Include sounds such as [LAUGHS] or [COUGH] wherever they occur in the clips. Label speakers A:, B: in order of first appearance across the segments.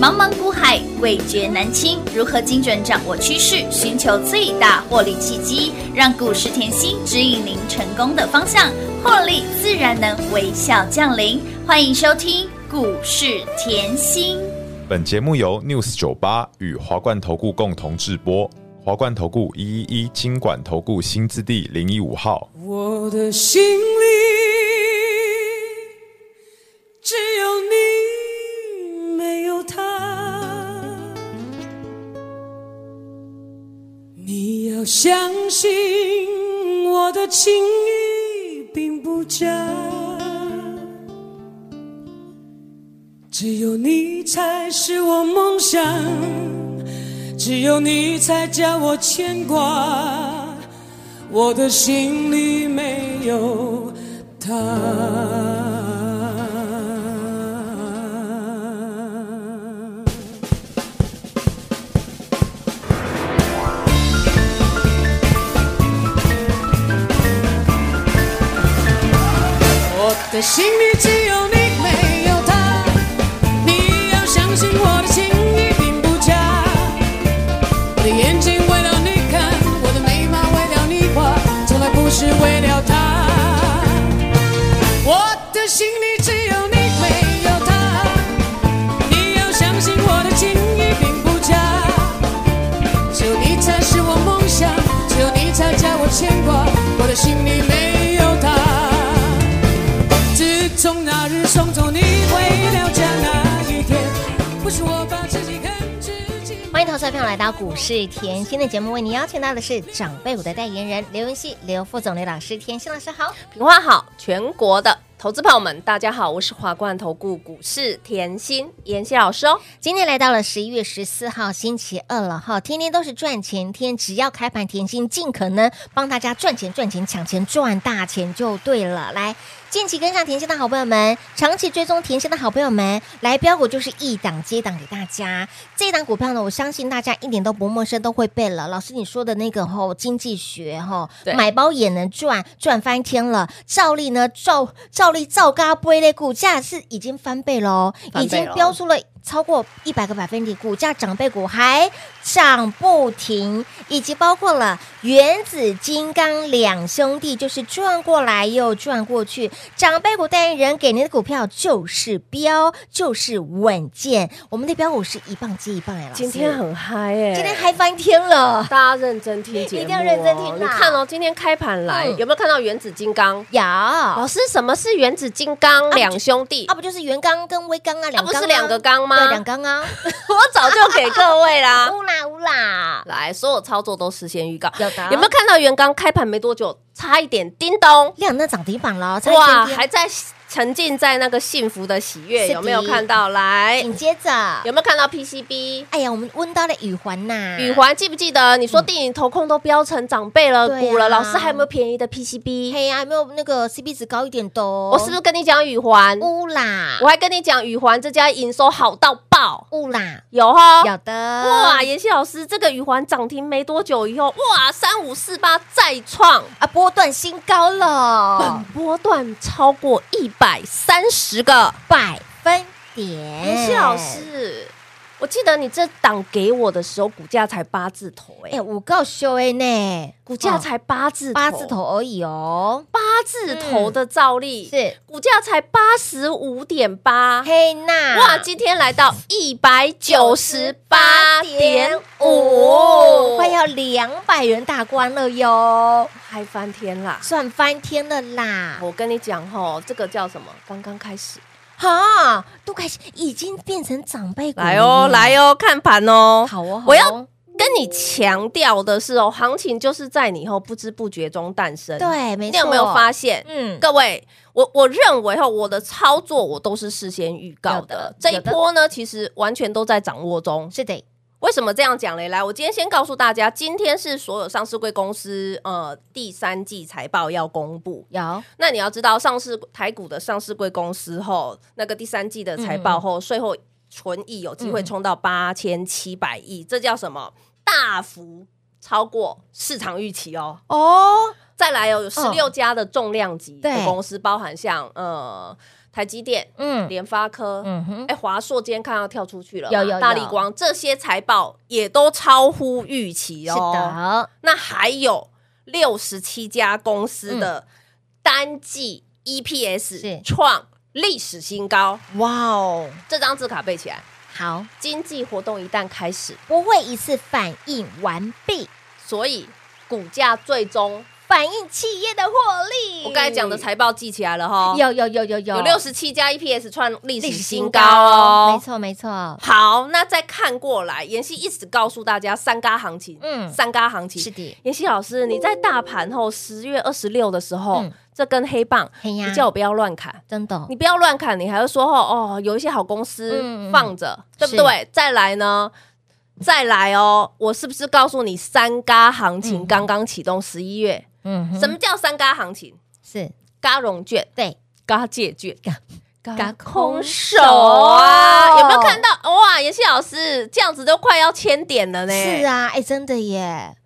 A: 茫茫股海，味觉难清。如何精准掌握趋势，寻求最大获利契机，让股市甜心指引您成功的方向，获利自然能微笑降临。欢迎收听股市甜心。
B: 本节目由 News 九八与华冠投顾共同制播，华冠投顾一一一金管投顾新字第零一五号。
C: 我的心里只有你，没有他。你要相信我的情意并不假，只有你才是我梦想，只有你才叫我牵挂。我的心里没有他。我的心里只有你，没有他。你要相信我的情意并不假。我的眼睛为了你看，我的眉毛为了你画，从来不是为了他。我的心里只有你，没有他。你要相信我的情意并不假，只有你才是我梦想，只有你才叫我牵挂。我的心里没有他。自从那日送走你回了家那一天，不是我把自己恨自己。
D: 欢迎投资者朋友来到股市甜心的节目，为您邀请到的是长辈股的代言人刘文熙、刘副总、刘老师，甜心老师好。
E: 平花好，全国的投资朋友们，大家好，我是华冠投顾股市甜心妍希老师哦。
D: 今天来到了十一月十四号星期二了哈，天天都是赚钱天，只要开盘甜心尽可能帮大家赚钱、赚钱、抢钱、赚大钱就对了。来，近期跟上甜心的好朋友们，长期追踪甜心的好朋友们，来标股就是一档接档给大家。这档股票呢，我相信大家一点都不陌生，都会背了。老师你说的那个吼、经济学吼、
E: 对
D: 买包也能赚，赚翻天了。照例呢，照照例照嘎杯的股价是已经翻倍喽，
E: 翻
D: 已
E: 倍
D: 经
E: 了
D: 标出了超过一百个百分点，股价长辈股还涨不停，以及包括了原子金刚两兄弟，就是转过来又转过去。长辈股代言人给您的股票就是标，就是稳健。我们的标股是一棒接一棒哎，老师，
E: 今天很嗨耶、
D: 今天嗨翻天了，
E: 大家认真听节目、哦，
D: 一定要认真听啦
E: 你看哦，今天开盘
D: 嗯
E: 来、有没有看到原子金刚？
D: 有
E: 老
D: 啊，
E: 师，什么是原子金刚两兄弟？啊
D: 不就是原刚跟微刚啊，啊两
E: 啊不
D: 刚
E: 是两个刚吗
D: 对，两刚啊，
E: 我早就给各位
D: [LAUGHS]
E: 啦。
D: 乌啦乌啦，
E: 来，所有操作都事先预告。
D: [LAUGHS] 有啊的
E: 有没有看到元刚开盘没多久，差一点叮咚，
D: 亮灯涨停板了，差一
E: 哇，
D: 点点
E: 还在沉浸在那个幸福的喜悦，
D: 是的
E: 有没有看到？来，
D: 紧接着
E: 有没有看到 PCB？
D: 哎呀，我们问到了宇环呐、
E: 宇，环记不记得你说电影投控都标成长辈了
D: 对啊
E: 股了，老师还有没有便宜的 PCB？
D: 嘿呀、有没有那个 CP 值高一点的哦？
E: 我是不是跟你讲宇环？
D: 乌啦
E: 我还跟你讲宇环这家营收好到爆，
D: 乌啦？
E: 有哈？
D: 有的
E: 哇，妍希老师，这个宇环涨停没多久以后，哇，三五四八再创
D: 啊，波段新高了，
E: 波段超过一百三十个。
D: 百分点。
E: 妍希老，师，我记得你这档给我的时候，股价才八字头哎、
D: 哎、我告诉你呢，
E: 股价
D: 哦
E: 才八字头
D: 八字头而已哦，
E: 八字头的照例、
D: 是
E: 股价才八十五点八，
D: 嘿娜，
E: 哇，今天来到一百九十八点五，
D: 快要两百元大关了哟，
E: 嗨翻天啦！
D: 赚翻天了啦！
E: 我跟你讲吼，这个叫什么？刚刚开始，
D: 哈，都开始已经变成长辈股
E: 来哦，来
D: 哦，
E: 哦，看盘哦，
D: 好哦，好哦
E: 我要跟你强调的是哦，行情就是在你以后不知不觉中诞生。，
D: 对，没
E: 嗯你
D: 错，
E: 有没有发现？
D: 嗯，
E: 各位，我我认为哈，我的操作我都是事先预告
D: 有的
E: 的。这
D: 有
E: 一
D: 的
E: 波呢，其实完全都在掌握中。
D: 是的，
E: 为什么这样讲嘞？来，我今天先告诉大家，今天是所有上市贵公司呃第三季财报要公布。
D: 有
E: 那你要知道，上市台股的上市贵公司后，那个第三季的财
D: 嗯
E: 报后，税后纯益有机会冲到八千七百亿，这叫什么？大幅超过市场预期哦。
D: 哦，
E: 再来哦，有十六家的重量级
D: 嗯对
E: 的公司，包含像呃台积电、
D: 嗯
E: 联发科，
D: 嗯哼，
E: 哎，华硕今天看到跳出去了嘛，
D: 有有有
E: 大力光这些财报也都超乎预期
D: 是
E: 哦。
D: 的，
E: 那还有六十七家公司的单季 EPS
D: 嗯是
E: 创历史新高，
D: 哇哦，
E: 这张字卡背起来。
D: 好，
E: 经济活动一旦开始，
D: 不会一次反应完毕，
E: 所以股价最终，
D: 反映企业的获利。
E: 我刚才讲的财报记起来了哈，
D: 有有有有有
E: 有六十七家 EPS 创历史新高
D: 没
E: 哦。
D: 错没错，
E: 好，那再看过来，妍希一直告诉大家三嘎行情，
D: 嗯
E: 嗯，三嘎行情
D: 是。的，
E: 妍希老师，你在大盘后十月二十六的时候，
D: 嗯
E: 这根黑棒，
D: 嘿呀
E: 你叫我不要乱砍，
D: 真的
E: 你不要乱砍，你还会说哦哦，有一些好公
D: 嗯嗯
E: 司放着，对不对？再来呢，再来哦，我是不是告诉你三嘎行情刚刚启动十一月？
D: 嗯哼
E: 什么叫三嘎行情？
D: 是
E: 嘎融券、
D: 对，
E: 嘎借券、
D: 嘎
E: 啊
D: 啊
E: 有没有看？到？哇，妍希老师这样子都快要千点了呢！
D: 是，啊，哎，真的耶，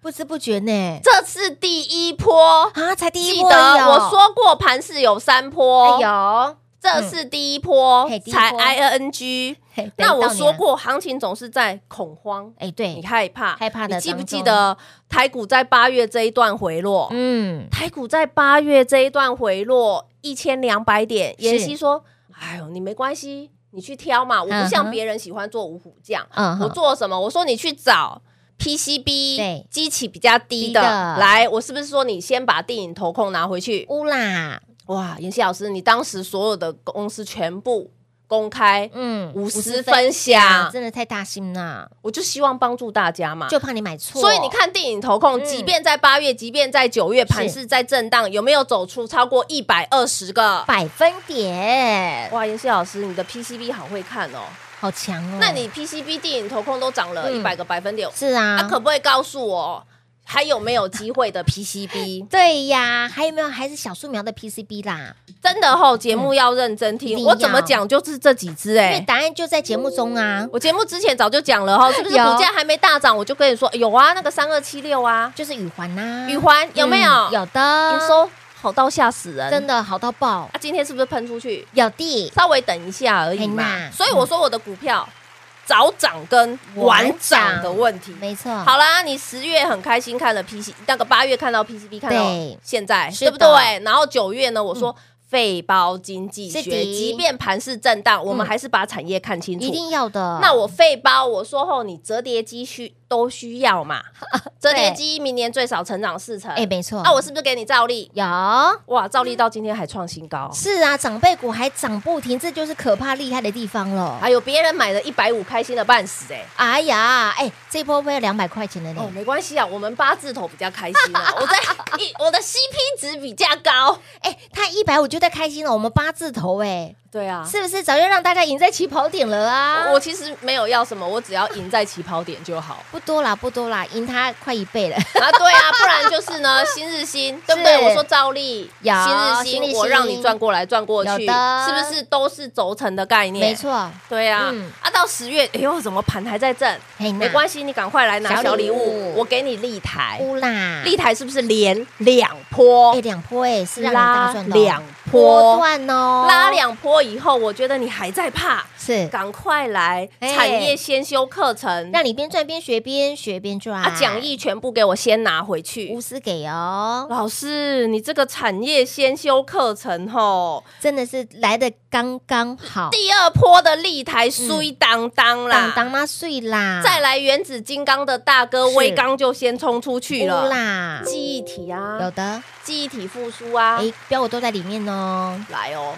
D: 不知不觉呢，
E: 这是第一波。
D: 啊，才第一
E: 记
D: 波
E: 得
D: 哟
E: 我，说哦过盘市有三波，
D: 哎
E: 这是第一波，
D: 嗯嘿第一波
E: 才 ING。
D: 呦，嘿
E: 那我
D: 等
E: 说，
D: 到你啊
E: 过，行情总是在恐慌，
D: 哎，
E: 你
D: 对，
E: 害怕，
D: 害怕的
E: 你记不
D: 当中
E: 记得台股在八月这一段回落？
D: 嗯，
E: 台股在八月这一段回落一千两百点，
D: 是
E: 妍希说：“哎呦，你没关系，你去挑嘛，我
D: 嗯
E: 不
D: 哼
E: 像别人喜欢做五虎将，
D: 嗯哼
E: 我做什么？我说你去找
D: 对
E: PCB 机器比较低的
D: 低的
E: 来，我是不是说你先把电影投控拿回去？
D: 乌啦，
E: 哇，妍希老师，你当时所有的公司全部公开，
D: 嗯，
E: 无私分享
D: 真的太大心了，
E: 我就希望帮助大家嘛。”
D: 就怕你买错，
E: 所以你，看，电影投控，
D: 嗯
E: 即便在八月，即便在九月，盘势在震荡，有没有走出超过一百二十个？
D: 百分点
E: 哇，妍希老师，你的 PCB 好会看哦。嗯
D: 好强哦，
E: 那你 PCB 电影投控都涨了一百个百分点，
D: 是啊，
E: 那可不可以告诉我，还有没有机会的 [LAUGHS] PCB？
D: 对呀，还有没有还是小树苗的 PCB 啦？
E: 真的吼，节目要认真
D: 一定
E: 听，
D: 要
E: 我怎么讲就是这几只
D: 因为
E: 哎。
D: 答案就在节目中啊，
E: 我节目之前早就讲了哈，是不是
D: 有
E: 股价还没大涨，我就跟你说有啊，那个三二七六啊，
D: 就是宇环呐，
E: 宇环有没有？啊
D: 嗯有的，
E: 营收好到吓死人，
D: 真的好到爆，
E: 啊，今天是不是喷出去？
D: 有的，
E: 稍微等一下而已
D: 哎嗯
E: 嘛
D: 那。
E: 所以我说我的股票早涨跟晚涨的问题。
D: 没错，
E: 好啦，你十月很开心看了 PC，那个八月看到 PCB，看到
D: 对
E: 现在
D: 是的嗯
E: 对不对？然后九月呢，我说。肺包经济学，
D: 是的嗯
E: 即便盘势震荡，我们还是把产业看清楚。
D: 一定要的。
E: 那我肺包，我说后你折叠机需都需
D: [LAUGHS]
E: 要嘛？折叠机明年最少成长四成，
D: 哎，没错，
E: 啊，我是不是给你照例？
D: 有
E: 哇，照例到今天还创新高，
D: 是啊，长辈股还涨不停，这就是可怕厉害的地方了。
E: 还有别人买了一百五，开心的半死哎、
D: 哎呀，哎，这波会两百块钱的
E: 哦，
D: 呢。
E: 没关系啊，我们八字头比较开
D: [LAUGHS]
E: 心啊。我在一我的 CP 值比较高，
D: 哎，他一百五就在开心了，我们八字头哎，
E: 对啊，
D: 是不是早就让大家赢在起跑点了啊？
E: 我其实没有要什么，我只要赢在起跑点就好
D: 不多啦，不多啦，赢他快一
E: [LAUGHS]
D: 倍了。
E: 啊。对啊，不然就是
D: [LAUGHS]
E: 呢，新日新对不对？
D: 是
E: 我说照例
D: 有
E: 新
D: 新
E: 日
D: 日
E: 新，
D: 新
E: 我让你转过来转过
D: 有
E: 去，
D: 的
E: 是不是都是轴承的概念？
D: 没，错，
E: 对啊
D: 嗯。
E: 啊，到十月，哎呦，怎么盘还在震？
D: 嘿那
E: 没关系，你赶快来拿
D: 小
E: 小
D: 礼
E: 礼
D: 物嗯
E: 物，我给你立台，
D: 乌啦，
E: 立台是不是连两波
D: 哎？两波哎，是让你大
E: 拉
D: 赚的哦
E: 两
D: 波
E: 波，
D: 段哦，哎
E: 拉两波以后，我觉得你还在怕，
D: 是
E: 赶快来
D: 哎
E: 产业先修课程，
D: 让你边赚边学，边学边赚
E: 啊讲义全部给我先拿回去
D: 无。私给哦，
E: 老师，你这个产业先修课程吼，
D: 真的是来的刚刚好，
E: 第二波的立台虽当当
D: 嗯当
E: 啦，
D: 当妈碎啦，
E: 再来原子金刚的大哥
D: 是
E: 威刚就先冲出去
D: 乌
E: 了。
D: 啦，
E: 记忆体
D: 有
E: 啊，
D: 的，
E: 记忆体复苏啊，
D: 哎，标我都在里面哦，
E: 来哦，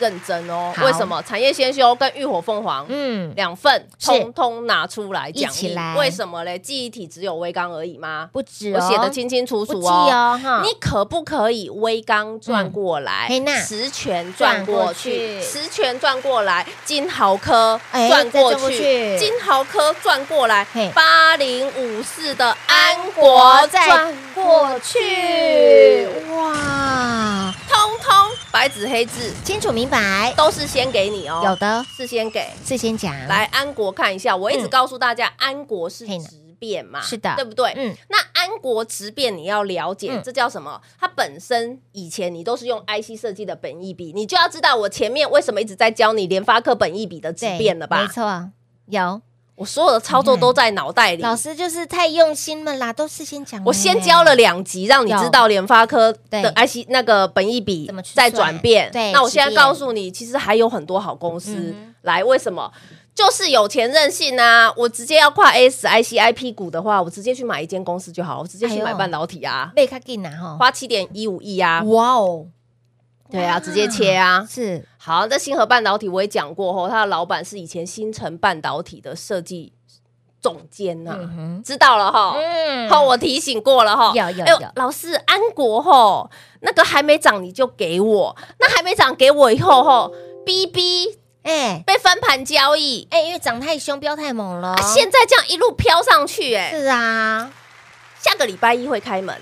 E: 认真哦。
D: 好
E: 为什么产业先修跟浴火凤凰？
D: 嗯，
E: 两份
D: 是
E: 通通拿出来讲
D: 一起来
E: 为什么嘞？记忆体只有微钢而已吗？
D: 不止
E: 我
D: 哦，
E: 写的清清楚
D: 不
E: 楚
D: 记
E: 哦。
D: 哦哈，
E: 你可不可以微钢转过来
D: 嘿那，
E: 十全转过
D: 转过去
E: 去，十全转过来，金豪科
D: 哎
E: 转过
D: 再转过去
E: 去，金豪科转过来
D: 嘿，
E: 八零五四的安国转过去，
D: 哇，
E: 通通白纸黑字
D: 清楚明白，
E: 都是先给你哦，
D: 有的
E: 是先给，
D: 事先讲，
E: 来安国看一下，我一直
D: 嗯
E: 告诉大家，安国是
D: 嘿呢
E: 直变嘛，
D: 是的
E: 对不对？
D: 嗯
E: 那安国之变你要了解，
D: 嗯
E: 这叫什么？它本身以前你都是用 IC 设计的本益比，你就要知道我前面为什么一直在教你联发科本益比的质
D: 对
E: 变了吧
D: 没？错，有
E: 我所有的操作都在脑袋里。
D: 老师就是太用心了啦，都事先讲了耶，
E: 我先教了两集，让你知道联发科
D: 对
E: 的 IC 那个本益比
D: 怎么去
E: 在
D: 算
E: 转变。
D: 对
E: 那我现在
D: 质变
E: 告诉你，其实还有很多好公司。
D: 嗯
E: 来，为什么？就是有钱任性啊！我直接要跨 S I C I P 股的话，我直接去买一间公司就好，我直接去
D: 哎
E: 买
D: 呦
E: 半导体啊，
D: 被卡给拿哈，
E: 花七点一五亿啊，
D: 哇哦，
E: 对啊，直接切啊。
D: 是
E: 好，那星河半导体我也讲过吼，他的老板是以前新城半导体的设计总监呐、
D: 嗯哼
E: 知道了哈。
D: 嗯
E: 后我提醒过了哈，
D: 有有
E: 哎呦
D: 有
E: 老师安国吼，那个还没涨你就给我，那还没涨给我以后吼，B B
D: 哎
E: 被翻盘交易，
D: 哎，因为长太凶，飙太猛了
E: 啊，，现在这样一路飘上去、哎，
D: 是啊，
E: 下个礼拜一会开门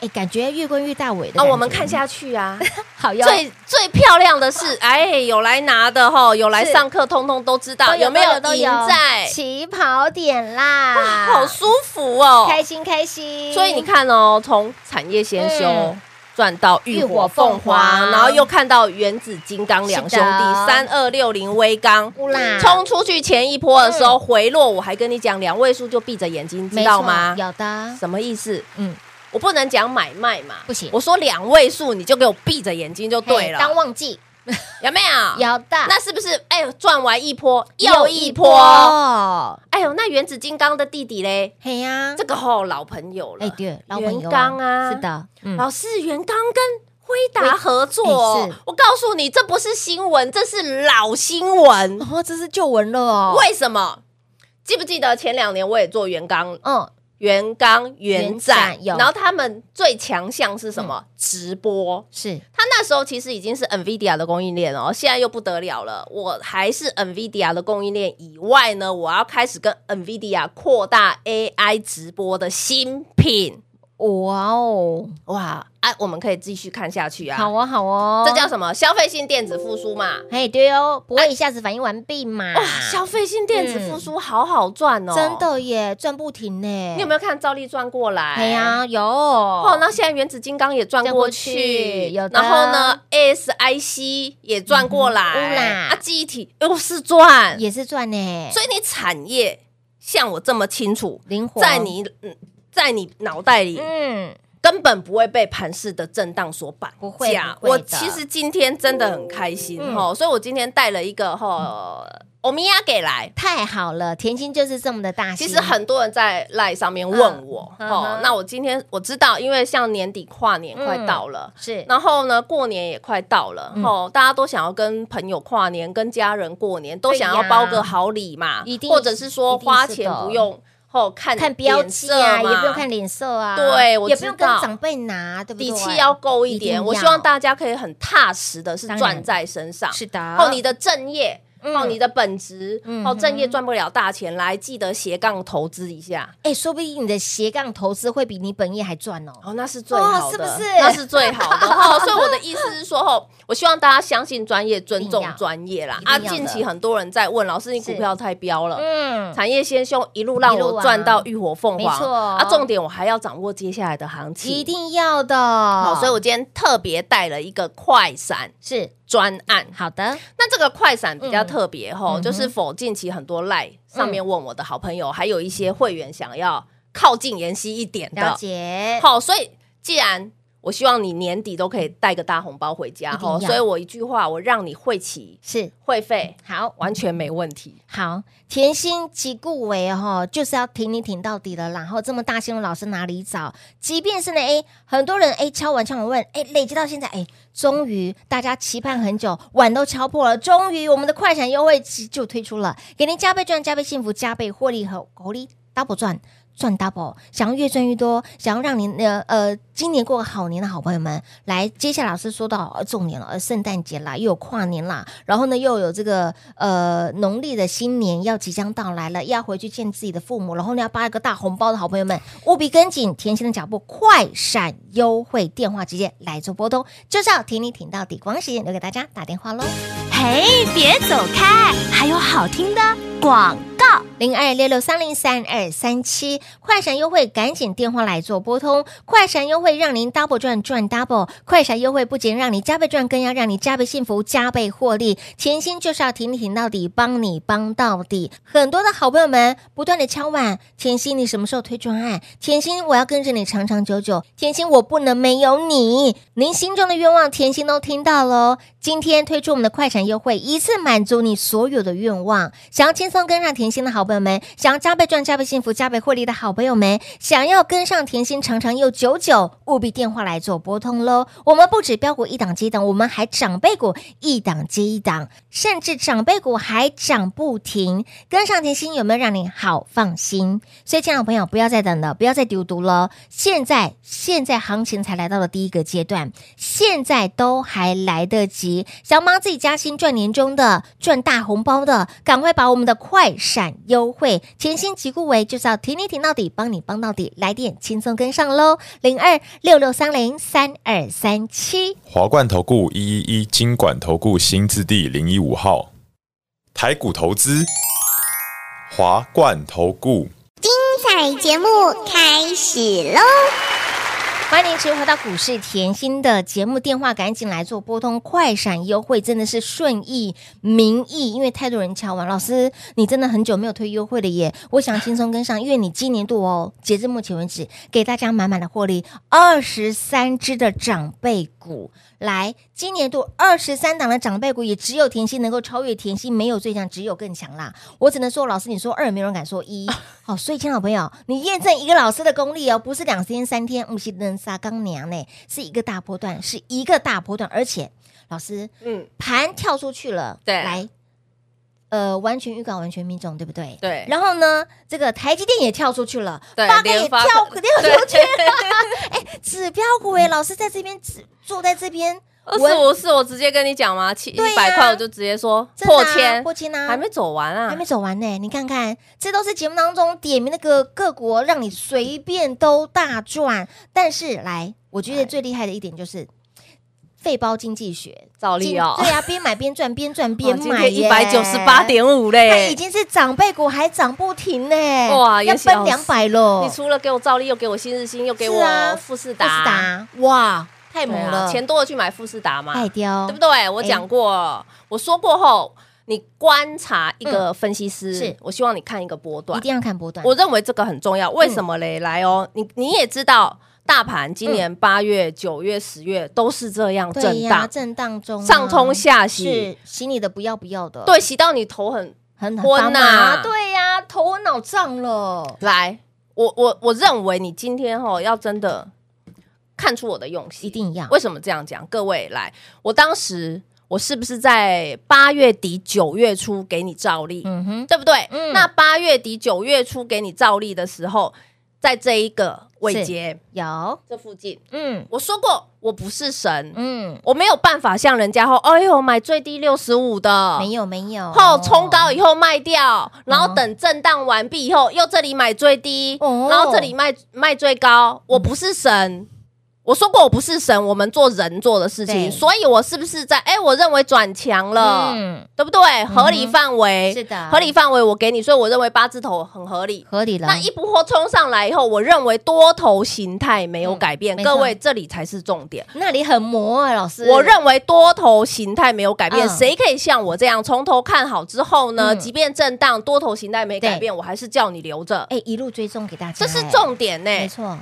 D: 哎，感觉越滚越大尾的
E: 啊，
D: 感觉
E: 我们看下去啊。
D: 好哟，
E: 最最漂亮
D: [LAUGHS]
E: 的是，哎，有来拿的吼，有来
D: 是
E: 上课，通通都知道
D: 都
E: 有没有
D: 都
E: 赢在，
D: 起跑点啦，
E: 好舒服哦。
D: 开心开心，
E: 所以你看哦，从产业先修
D: 嗯
E: 转到浴火凤凰
D: 浴火凤凰，
E: 然后又看到原子金刚两兄
D: 是的
E: 弟三二六零微刚。
D: 乌嗯啦，
E: 冲出去前一波的时候回落，我还跟你讲两位数就闭着眼睛，
D: 没
E: 知
D: 错
E: 道吗？
D: 有的，
E: 什么意思？
D: 嗯，
E: 我不能讲买卖嘛，
D: 不行
E: 我说两位数，你就给我闭着眼睛就
D: 嘿
E: 对
D: 当
E: 了，
D: 忘记
E: 有没有？
D: 有的，
E: 那是不是？哎呦，赚完一波又
D: 啊又
E: 一
D: 一
E: 波。
D: 波，
E: 哎呦，那原子金刚的弟弟嘞？
D: 嘿呀
E: 这，个吼老朋友了。
D: 嗯哎对，老朋友
E: 元刚啊
D: 是的，嗯
E: 老师袁刚跟辉达合作
D: 哎
E: 哦
D: 是，
E: 我告诉你，这不是新闻，这是老新闻。
D: 哦，这是旧闻了哦，
E: 为什么？记不记得前两年我也做袁刚、
D: 嗯，
E: 袁刚、袁
D: 元
E: 展，
D: 展有嗯
E: 然后他们最强项是什么？直播。
D: 是
E: 他那时候其实已经是 NVIDIA 的供应链哦，现在又不得了了。我还是 NVIDIA 的供应链以外呢，我要开始跟 NVIDIA 扩大 AI 直播的新品。
D: 哇哦，
E: 哇，哎、我们可以继续看下去啊。
D: 好哦好哦，
E: 这叫什么？消费性电子复苏嘛。
D: 嘿对哦，不会一下子反应完毕嘛，
E: 哇，消费性电子复苏好好赚哦，
D: 嗯真。的耶，转不停呢，
E: 你有没有看照例转过来？
D: 哎呀，有
E: 哦
D: 哦，
E: 那现在原子金刚也转过去，
D: 转过去有的
E: 然后呢，ASIC 也转过来，
D: 嗯呜啦
E: 啊，记忆体又是转，
D: 也是赚呢，
E: 所以你产业像我这么清楚，
D: 灵活
E: 在你嗯，在你脑袋里
D: 嗯，
E: 根本不会被盘市的震荡所绑架。
D: 不会不会
E: 我
D: 的
E: 其实今天真的很开心
D: 嗯
E: 哈、所以我今天带了一个哈欧米亚给来。
D: 太好了，甜心就是这么的大心，
E: 其实很多人在赖上面问我，
D: 嗯嗯
E: 哦
D: 哼，嗯
E: 那我今天我知道，因为像年底跨年快到了，
D: 是
E: 然后呢，过年也快到了，
D: 嗯
E: 哦，大家都想要跟朋友跨年，跟家人过年，都想要
D: 对呀
E: 包个好礼嘛，
D: 一定
E: 或者是说
D: 一定是
E: 花钱
D: 的
E: 不用哦看
D: 看标记啊，
E: 脸色嘛
D: 也不用看脸色啊，
E: 对我
D: 也不用
E: 知
D: 跟
E: 道
D: 长辈拿，对不对？
E: 底气要够一
D: 一定要
E: 点。我希望大家可以很踏实的是
D: 当然
E: 赚在身上，
D: 是的，
E: 哦，你的正业。
D: 嗯
E: 哦，你的本职
D: 嗯
E: 哦，
D: 哼
E: 正业赚不了大钱，来记得斜杠投资一下
D: 哎，说不定你的斜杠投资会比你本业还赚哦，
E: 哦，那是最好的，
D: 哦是不是
E: [LAUGHS] 那是最好
D: [LAUGHS]
E: 的哦。所以我的意思是说，哦，我希望大家相信专业，尊
D: 一定
E: 重
D: 要
E: 专业啦
D: 一。定
E: 啊，
D: 要的
E: 近期很多人在问老师，你
D: 是
E: 股票太飙了，
D: 嗯，
E: 产业先修一路
D: 一
E: 让
D: 路
E: 我
D: 啊
E: 赚到浴火凤
D: 没错哦
E: 凰啊。重点我还要掌握接下来的行情，
D: 一定哦要的，好
E: 好，所以我今天特别带了一个快闪
D: 是
E: 专案。
D: 好的，
E: 那这个快闪比较特别
D: 嗯
E: 吼，
D: 哼嗯
E: 就是否近期很多赖上面问我的好朋友，还有一些会员想要靠近妍希一点
D: 了
E: 的，
D: 解，
E: 好，所以既然我希望你年底都可以带个大红包回家
D: 一定
E: 吼，
D: 要
E: 所以我一句话，我让你会齐
D: 是
E: 会费
D: 好。
E: 完全没问题。
D: 好，甜心及顾为哈，就是要挺你挺到底了。然后这么大新闻，老师哪里找？即便是呢，哎，很多人哎敲完敲完问，哎，累积到现在，哎，终于大家期盼很久，碗都敲破了，终于我们的快闪优惠期就推出了，给您加倍赚、加倍幸福、加倍获利和红利 double 赚。赚 double，想要越赚越多，想要让您呃呃今年过个好年的好朋友们，来，接下来老师说到呃重点了，呃圣诞节啦，又有跨年啦，然后呢又有这个呃农历的新年要即将到来了，要回去见自己的父母，然后呢要发一个大红包的好朋友们，务必跟紧甜心的脚步，快闪优惠电话直接来做拨通，就是要挺你挺到底，光时间留给大家打电话喽。
A: 嘿，别走开，还有好听的广告。
D: 零二六六三零三二三七。快闪优惠，赶紧电话来做拨通。快闪优惠让您 double 赚赚 double，快闪优惠不仅让你加倍赚，更要让你加倍幸福、加倍获利。甜心就是要挺你挺到底，帮你帮到底。很多的好朋友们不断的敲碗，甜心你什么时候推专案？甜心我要跟着你长长久久，甜心我不能没有你。您心中的愿望，甜心都听到喽。今天推出我们的快闪优惠，一次满足你所有的愿望。想要轻松跟上甜心的好朋友们，想要加倍赚、加倍幸福、加倍获利的好朋友们，想要跟上甜心长长又久久，务必电话来做拨通喽。我们不止标股一档接一档，我们还长辈股一档接一档，甚至长辈股还涨不停。跟上甜心有没有让你好放心？所以，亲爱的朋友，不要再等了，不要再丢毒了。现在，现在行情才来到了第一个阶段，现在都还来得及。想帮自己加薪赚年终的、赚大红包的，赶快把我们的快闪优惠“甜心即顾为”就是要挺你挺到底，帮你帮到底，来电轻松跟上喽！零二六六三零三二三七。
B: 华冠投顾一一一金管投顾新字第零一五号，台股投资，华冠投顾。
F: 彩节目开始喽！
D: 欢迎您持续回到股市甜心的节目，电话赶紧来做拨通，快闪优惠真的是顺意民意，因为太多人敲完，老师你真的很久没有推优惠了耶，我想轻松跟上，因为你今年度哦，截至目前为止给大家满满的获利，二十三只的长辈股，来今年度二十三档的长辈股也只有甜心能够超越甜心，没有最强，只有更强啦，我只能说老师你说二，没有人敢说一，好，哦所以亲爱的朋友，你验证一个老师的功力哦，不是两天三天，不是能杀刚娘呢，是一个大波段，是一个大波段，而且老师
E: 嗯，
D: 盘跳出去了，
E: 对
D: 来，呃，完全预告完全命中，对不对？
E: 对
D: 然后呢，这个台积电也跳出去了，
E: 对
D: 八哥也
E: 联发
D: 跳
E: 科
D: 跳出去
E: [LAUGHS] 对
D: 了，哎，指标股哎，老师在这边指坐在这边，
E: 二
D: 我
E: 十五是我直接跟你讲嘛，七一
D: 对呀啊
E: 百块我就直接说
D: 真的啊
E: 破千，
D: 破千啊，
E: 还没走完啊，
D: 还没走完呢，你看看，这都是节目当中点名那个各国，让你随便都大赚。但是来，我觉
E: 哎
D: 得最厉害的一点就是肺包经济学，
E: 照例哦
D: 经对啊，边买边赚，边赚边
E: 今
D: 买
E: 天
D: 耶，
E: 一百九十八点五
D: 它
E: 嘞
D: 已，经是长辈股，还涨不停呢，
E: 哇
D: 要
E: 妍希老
D: 奔
E: 师
D: 两百了，
E: 你除了给我照例，又给我新日新，又给
D: 是啊
E: 我富士达，
D: 富士达，哇，太
E: 对
D: 猛
E: 啊
D: 了，哎
E: 钱多了去买富士达嘛，
D: 太刁，
E: 对不对？我讲过，我说过后，你观察一个分析
D: 嗯是
E: 师，我希望你看一个波
D: 一
E: 段，
D: 定要看波段，
E: 我认为这个很重要。为什么嘞？来哦，你你也知道，大盘今年八月、九月、十月都是这样
D: 嗯对
E: 震
D: 呀、
E: 荡，
D: 震荡中啊、
E: 上冲下洗，
D: 是洗你的不要不要的，
E: 对，洗到你头很
D: 很很
E: 昏
D: 发麻
E: 呐
D: 对呀、头昏脑胀了。
E: 来。我我我认为你今天哦，要真的看出我的用心，
D: 一定要
E: 为什么这样讲？各位来，我当时我是不是在八月底九月初给你照例，
D: 嗯哼，
E: 对不对？
D: 嗯
E: 那八月底九月初给你照例的时候，在这一个尾节
D: 有，
E: 这附近，
D: 嗯
E: 我说过我不是神，
D: 嗯，
E: 我没有办法像人家后，哎呦买最低六十五的，
D: 没有没有，
E: 后哦冲高以后卖掉，然
D: 哦
E: 后等震荡完毕以后，又这里买最低，
D: 哦
E: 然后这里卖卖最高。我不是神，我说过我不是神，我们做人做的事
D: 对
E: 情，所以我是不是在？哎，我认为转强了，
D: 嗯，
E: 对不对？合理范围
D: 是的
E: 合理范围我给你，所以我认为八字头很合理。
D: 合理了，
E: 那一波冲上来以后，我认为多头形态没有改变，
D: 嗯没错
E: 各位这里才是重点。
D: 那里很磨啊，老师，
E: 我认为多头形态没有改变，
D: 嗯
E: 谁可以像我这样从头看好之后呢？
D: 嗯
E: 即便震荡，多头形态没改变，我还是叫你留着，
D: 哎一路追踪给大家，
E: 这是
D: 哎，
E: 重点啊呢、
D: 没错，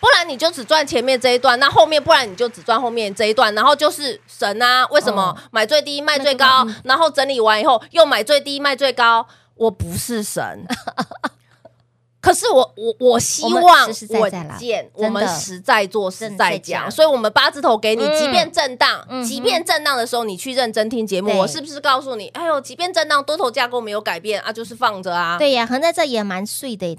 E: 不然你就只赚前面这一段，那后面不然你就只赚后面这一段，然后就是神啊！为什
D: 哦
E: 么、买最低卖最高，
D: 嗯
E: 然后整理完以后又买最低卖最高？我不
D: [LAUGHS]
E: 是神。可是我我我希
D: 我
E: 望
D: 们
E: 稳
D: 实实在在啦
E: 健，
D: 真的
E: 我们实在做实在
D: 正在讲
E: 讲，所以我们八字头给你，
D: 嗯
E: 即便震荡
D: 嗯，哼
E: 即便震荡的时候，你去认真听节目，
D: 对
E: 我是不是告诉你？哎呦，即便震荡，多头架构没有改变啊，就是放着啊。
D: 对呀，横在这也蛮碎的呢，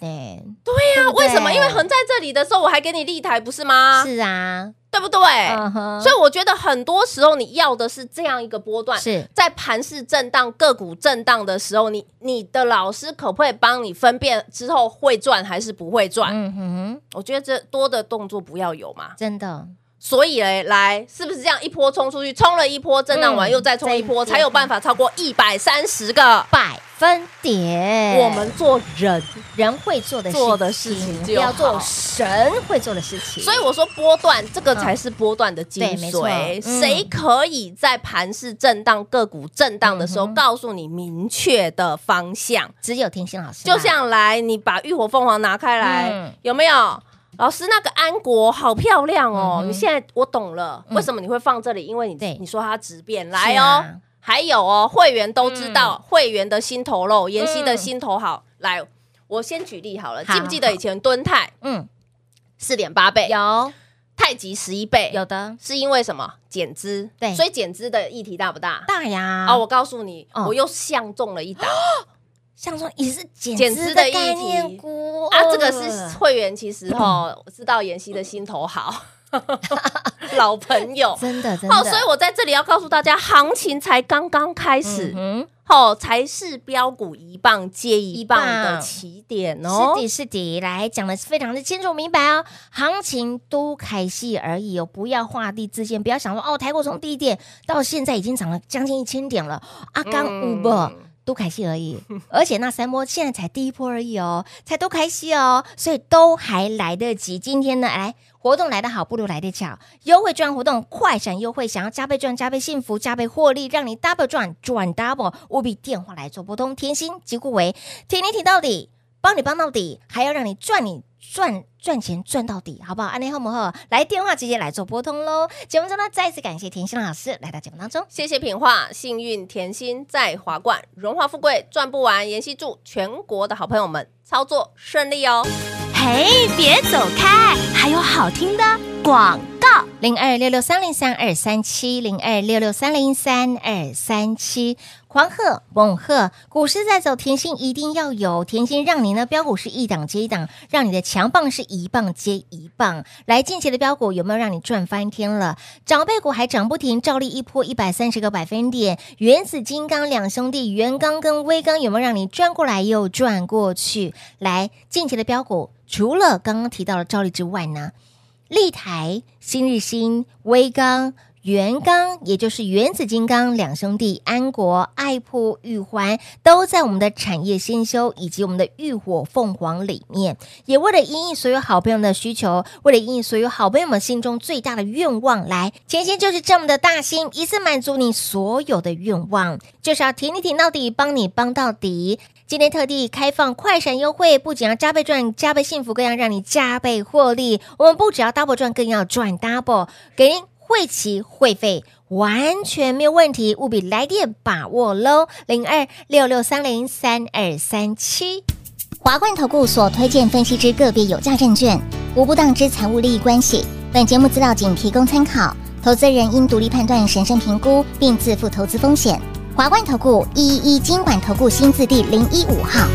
E: 对
D: 对
E: 啊，为什么？因为横在这里的时候，我还给你立台，不是吗？
D: 是啊，
E: 对不对？
D: 嗯哼，
E: 哎所以我觉得很多时候你要的是这样一个波段，
D: 是
E: 在盘市震荡、个股震荡的时候，你你的老师可不可以帮你分辨之后会赚还是不会赚？
D: 嗯哼，
E: 我觉得这多的动作不要有嘛，
D: 真的，
E: 所以嘞，来是不是这样一波冲出去，冲了一波，震荡完
D: 嗯
E: 又再冲一波，
D: 再一波
E: 才有办法超过一百三十个。
D: 百分点，
E: 我们做人，
D: 人会做的
E: 做的事情
D: 不
E: 就
D: 要做
E: 好
D: 神会做的事情。
E: 所以我说波段这个才是波段的精
D: 嗯对没错
E: 髓。
D: 嗯
E: 谁可以在盘市震荡、个股震荡的
D: 嗯
E: 时候，告诉你明确的方向？
D: 只有甜心老师啦，
E: 就像来，你把浴火凤凰拿开
D: 啊
E: 来，
D: 嗯
E: 有没有？老师，那个安国好漂亮哦！
D: 嗯哼嗯
E: 你现在我懂了，为什么你会放这里？因为你
D: 对
E: 你说它质变
D: 啊嗯
E: 来哦，还有哦，会员都知道，会员的心头肉，妍希的心头好。来，我先举例好了，
D: 好
E: 记不记得以前敦泰
D: 嗯，
E: 四点八倍，
D: 有
E: 太极十一倍，
D: 有的
E: 是因为什么减资？
D: 对
E: 所以减资的议题大不大？
D: 大呀，
E: 啊！我告诉你，
D: 哦
E: 我又相中了一档
D: 像中也是减
E: 减
D: 资
E: 资
D: 的
E: 的议
D: 概
E: 题
D: 念股
E: 啊！这个
D: 呃
E: 是会员，其实哈，
D: [CLEARS THROAT]
E: 我知道妍希的心头好， [LAUGHS] 老朋友。
D: 真的真的，
E: 哦，所以我在这里要告诉大家，行情才刚刚开始，
D: 嗯
E: 哦，才是标股一棒接一棒的起点
D: 哼，
E: 哦
D: 是。的，是的，来讲的是非常的清楚明白哦，行情都开戏而已哦，不要画地自限，不要想说哦，台股从低点到现在已经涨了将近一千点了，啊，刚五波。都开戏而已，而且那三波现在才第一波而已哦，才都开戏哦，所以都还来得及。今天呢，来活动来得好，不如来得巧。优惠赚活动，快闪优惠，想要加倍赚、加倍幸福、加倍获利，让你 double 赚赚 double，务必电话来做拨通。甜心即顾为，甜你挺到底，帮你帮到底，还要让你赚你。赚赚钱赚到底，好不好？安内后母后来电话直接来做拨通喽。节目中呢，再次感谢甜心老师来到节目当中。
E: 谢谢品画，幸运甜心在华冠，荣华富贵赚不完。妍希祝全国的好朋友们操作顺利哦。
A: 嘿，别走开，还有好听的广告。
D: 零二六六三零三二三七零二六六三零三二三七。狂贺猛贺，股市在走，甜心一定要有。甜心让你呢，标股是一档接一档，让你的强棒是一棒接一棒。来，近期的标股有没有让你赚翻天了？长辈股还涨不停，照例一波一百三十个百分点。原子金刚两兄弟元刚跟威刚有没有让你转过来又转过去？来，近期的标股除了刚刚提到的照例之外呢，立台、新日新、威刚、元刚，也就是原子金刚两兄弟安国、爱普、玉环，都在我们的产业先修以及我们的浴火凤凰里面。也为了因应所有好朋友们的需求，为了因应所有好朋友们心中最大的愿望，来，甜心就是这么的大心，一次满足你所有的愿望，就是要挺你挺到底，帮你帮到底。今天特地开放快闪优惠，不仅要加倍赚、加倍幸福，更要让你加倍获利。我们不只要 double 赚，更要赚 double，给您会期会费。完全没有问题，务必来电把握喽！零二六六三零三二三七。
F: 华冠投顾所推荐分析之个别有价证券，无不当之财务利益关系。本节目资料仅提供参考，投资人应独立判断、审慎评估，并自负投资风险。华冠投顾一一一金管投顾新字第零一五号。